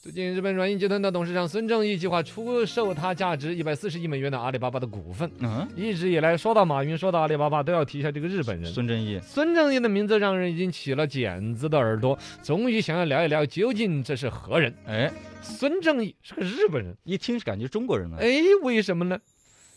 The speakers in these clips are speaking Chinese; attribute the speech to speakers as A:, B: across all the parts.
A: 最近，日本软银集团的董事长孙正义计划出售他价值一百四十亿美元的阿里巴巴的股份。
B: 嗯，
A: 一直以来，说到马云，说到阿里巴巴，都要提一下这个日本人。
B: 孙正义，
A: 孙正义的名字让人已经起了茧子的耳朵，终于想要聊一聊究竟这是何人。
B: 哎，
A: 孙正义是个日本人，
B: 一听感觉中国人了。
A: 哎，为什么呢？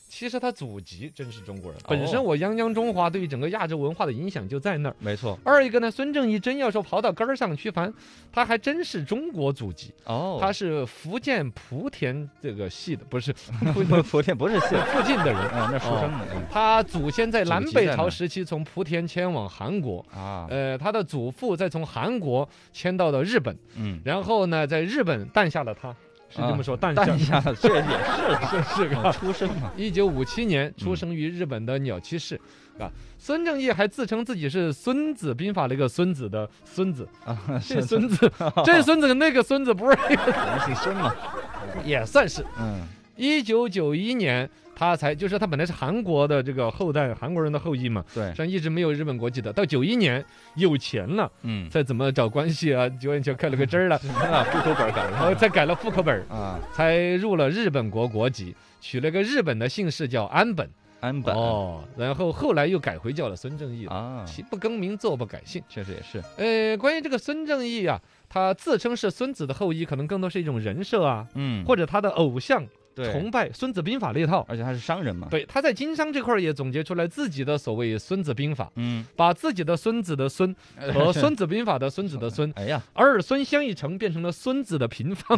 A: 其实他祖籍真是中国
B: 哦
A: 人，本身我泱泱中华对于整个亚洲文化的影响就在那儿。
B: 没错，
A: 二一个呢，孙正义真要说刨到根儿上去盘，他还真是中国祖籍，
B: 哦
A: 他是福建莆田这个系的，不 是
B: 不不，昨天不是戏，
A: 附近的人。
B: 啊，那书生呢
A: 他祖先在南
B: 祖籍在
A: 北
B: 哪
A: 朝时期从莆田迁往韩国，
B: 嗯啊，
A: 呃，他的祖父再从韩国迁到了日本，
B: 嗯，啊
A: 然后呢，在日本诞下了他，是这么说，诞
B: 但
A: 下
B: 一下这也是
A: 是是个
B: 他出生嘛，
A: 一九五七年出生于日本的鸟栖市，啊，孙正义还自称自己是《孙子兵法》那个孙子的孙子，
B: 啊，
A: 这孙子，这孙子跟那个孙子不是一个，
B: 我们姓孙嘛，
A: 也算是。
B: 嗯，
A: 一九九一年，他才就是他本来是韩国的这个后代，韩国人的后裔嘛，
B: 对
A: 实，际上一直没有日本国籍的。到九一年有钱了，
B: 嗯，
A: 再怎么找关系啊，九眼球开了个针儿了，
B: 啊，户口本改
A: 然后
B: 了
A: 才改了户口本儿，
B: 啊，
A: 才入了日本国国籍，取了个日本的姓氏叫安本。
B: 安本
A: 哦，然后后来又改回叫了孙正义了。
B: 啊，
A: 其不更名，坐不改姓。
B: 确实也是，
A: 呃，关于这个孙正义啊，他自称是孙子的后裔，可能更多是一种人设啊，
B: 嗯
A: 或者他的偶像
B: 对，嗯
A: 崇拜《孙子兵法》那套。
B: 而且他是商人嘛，
A: 对，他在经商这块儿也总结出来自己的所谓《孙子兵法》，
B: 嗯，
A: 把自己的孙子的
B: ，
A: 孙和《孙子兵法》的孙子的孙
B: 哎呀，
A: 二孙相一乘变成了孙子的平 方，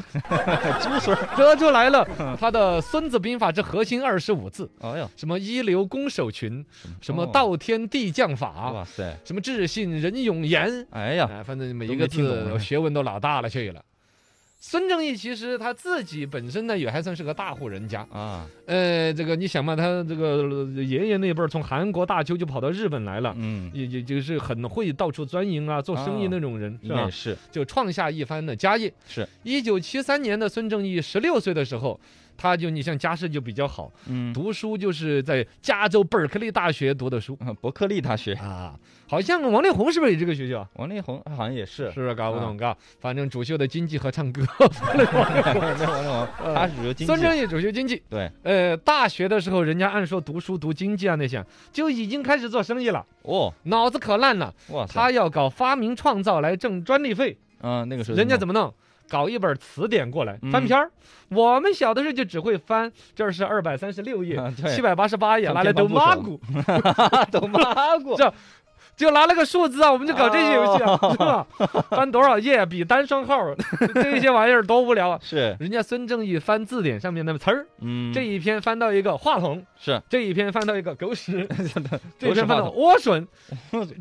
B: 猪孙儿，
A: 得出来
B: 嗯
A: 了他的《孙子兵法》之核心二十五字，
B: 哎呀，
A: 什么一流攻守群，什么
B: 哦
A: 道天地将法，
B: 哇塞，
A: 什么智信仁勇言，
B: 哎呀，
A: 啊，反正每
B: 都
A: 一
B: 没
A: 个
B: 听懂啊
A: 字学问都老大了去了。孙正义其实他自己本身呢也还算是个大户人家，
B: 啊，
A: 呃，这个你想嘛，他这个爷爷那辈儿从韩国大邱就跑到日本来了，
B: 嗯，
A: 也也就是啊很会到处钻营啊，做生意那种人，是
B: 应该
A: 吧
B: 也？是，
A: 就创下一番的家业。
B: 是，
A: 一九七三年的孙正义十六岁的时候，他就你像家世就比较好，
B: 嗯，
A: 读书就是在加州伯克利大学读的书
B: 啊伯克利大学，
A: 啊，好像王力宏是不是也这个学校啊？
B: 王力宏好像 也是，
A: 是不是搞不
B: 啊
A: 懂？嘎，反正主修的经济和唱歌。
B: 那王力宏，他是主流经济
A: 孙，正义主修经济，
B: 对，
A: 呃，大学的时候人家按说读书读经济啊那些，就已经开始做生意了，
B: 哦，
A: 脑子可烂了。
B: 哇塞，
A: 他要搞发明创造来挣专利费，
B: 嗯，那个时候
A: 人家
B: 么
A: 怎么弄？搞一本词典过来
B: 嗯
A: 翻篇儿。我们小的时候就只会翻，这是二百三十六页
B: 啊，对
A: 七百八十八页，
B: 从
A: 拿来
B: 乒
A: 都
B: 乓
A: 妈
B: 部手
A: 鼓，
B: 都骂过
A: 这就拿了个数字啊，我们就搞这些游戏啊，
B: 哦
A: 是吧？ 翻多少页，啊比单双号， 这些玩意儿多无聊啊！
B: 是，
A: 人家孙正义翻字典上面的词儿，
B: 嗯，
A: 这一篇翻到一个话筒，
B: 是
A: 这一篇翻到一个狗 屎，这一
B: 狗屎
A: 篇翻
B: 话
A: 到
B: 筒
A: 莴 笋，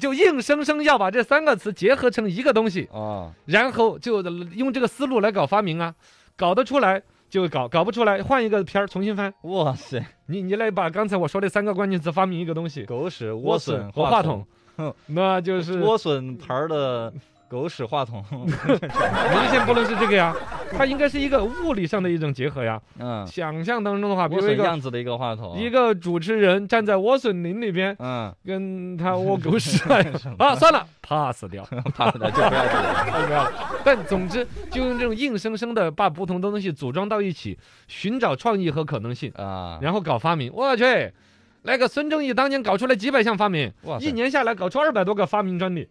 A: 就硬生生要把这三个词结合成一个东西，
B: 哦，
A: 然后就用这个思路来搞发明啊，搞得出来就搞，搞不出来换一个篇儿重新翻。
B: 哇塞，
A: 你你来把刚才我说的三个关键词发明一个东西，
B: 狗屎
A: 莴
B: 莴
A: 笋
B: 笋
A: 和话筒，
B: 哼
A: 那就是
B: 莴笋牌儿的狗屎话筒，
A: 明显不能是这个呀，它应该是一个物理上的一种结合呀。
B: 嗯，
A: 想象当中的话，比
B: 莴
A: 如一
B: 笋
A: 个
B: 样子的一个话筒，
A: 一个主持人站在莴笋林里边，
B: 嗯，
A: 跟他窝狗屎啊，算了，pass 掉，
B: 怕的就不要这个，
A: 不要了。 但总之，就用这种硬生生的把不同的东西组装到一起，寻找创意和可能性，
B: 啊，
A: 然后搞发明。我去，那个孙正义当年搞出来几百项发明，
B: 哇
A: 一
B: 塞，
A: 年下来搞出二百多个发明专利，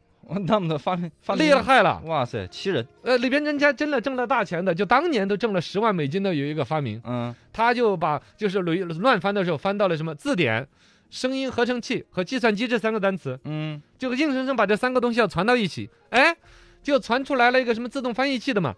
B: 那么的发明发明
A: 厉，害了。
B: 哇塞，七人，
A: 呃，里边人家真的挣了大钱的，就当年都挣了十万美金的有一个发明，
B: 嗯，
A: 他就把就是乱乱翻的时候翻到了什么字典、声音合成器和计算机这三个单词。
B: 嗯，
A: 就硬生生把这三个东西要传到一起，哎，就传出来了一个什么自动翻译器的嘛，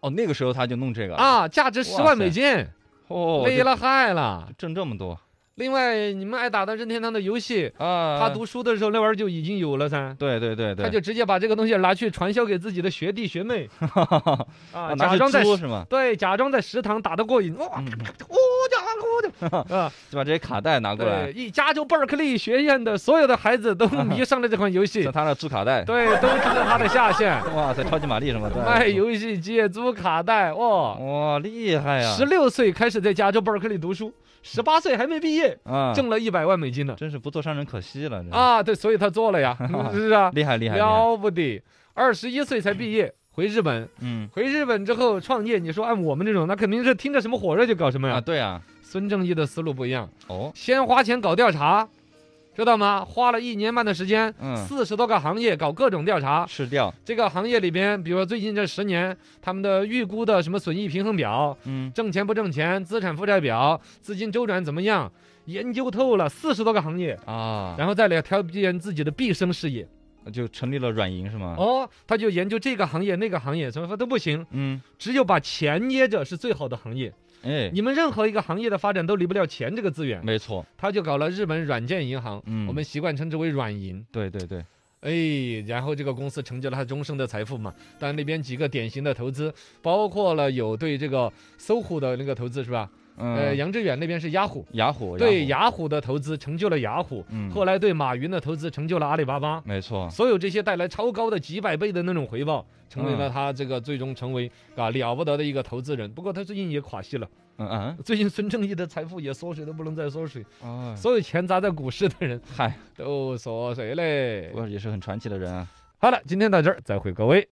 B: 哦，那个时候他就弄这个，
A: 啊，价值十
B: 哇
A: 万
B: 塞
A: 美金，
B: 哦，
A: 累
B: 就
A: 了害了。
B: 挣这么多
A: 另外，你们爱打的任天堂的游戏，
B: 啊，
A: 他，读书的时候那玩意儿就已经有了噻。
B: 对对对对，
A: 他就直接把这个东西拿去传销给自己的学弟学妹
B: 啊
A: 啊，假
B: 拿
A: 装
B: 去
A: 在啊哦
B: 租
A: 食
B: 是吗？嗯
A: 对，假装在食堂打得过瘾，哇，我家伙 的啊！
B: 就把这些卡带拿过
A: 对，，
B: 来
A: 一加州伯克利学院的所有的孩子都迷上了这款游戏
B: 像，他那制卡带，
A: 对，哎都知道它的下 限。
B: 哇塞，超级玛丽什么的，
A: 卖游戏机、租卡带，哦，
B: 哇，厉害哎呀！
A: 十六岁开始在加州伯克利读书，十八岁还没毕业，
B: 啊，
A: 挣了一百万美金呢。
B: 真是不做商人可惜了，真是
A: 啊，对，所以他做了 呀，是不是啊？
B: 厉害厉害厉害，
A: 了不得，二十一岁才毕业。回日本，
B: 嗯
A: 回日本之后创业，你说按我们这种，那肯定是听着什么火热就搞什么
B: 啊，
A: 呀。
B: 对啊，
A: 孙正义的思路不一样，
B: 哦，
A: 先花钱搞调查，知道吗？花了一年半的时间，
B: 嗯，
A: 四十多个行业搞各种调查。
B: 吃掉，
A: 这个行业里边，比如说最近这十年，他们的预估的什么损益平衡表、
B: 嗯，
A: 挣钱不挣钱、资产负债表、资金周转怎么样，研究透了四十多个行业，
B: 啊，
A: 然后再来挑选自己的毕生事业。
B: 就成立了软银是吗？
A: 哦，他就研究这个行业、那个行业，什么都不行，
B: 嗯，
A: 只有把钱捏着是最好的行业。
B: 哎，
A: 你们任何一个行业的发展都离不了钱这个资源，
B: 没错，
A: 他就搞了日本软件银行，
B: 嗯
A: 我们习惯称之为软银。
B: 对对对，
A: 哎，然后这个公司成就了他终生的财富嘛。但那边几个典型的投资，包括了有对这个搜狐的那个投资是吧？呃，
B: 嗯，
A: 杨致远那边是雅虎，
B: 雅虎，
A: 对，雅虎的投资成就了雅虎，
B: 嗯，
A: 后来对马云的投资成就了阿里巴巴。
B: 没错，
A: 所有这些带来超高的几百倍的那种回报，成为了他这个最终成为啊了不得的一个投资人。不过他最近也垮戏了，
B: 嗯嗯，
A: 最近孙正义的财富也缩水的不能再缩水，
B: 哦，
A: 所有钱砸在股市的人
B: 嗨，
A: 都缩水嘞
B: 不。过也是很传奇的人啊。
A: 好了，今天到这儿，再会各位。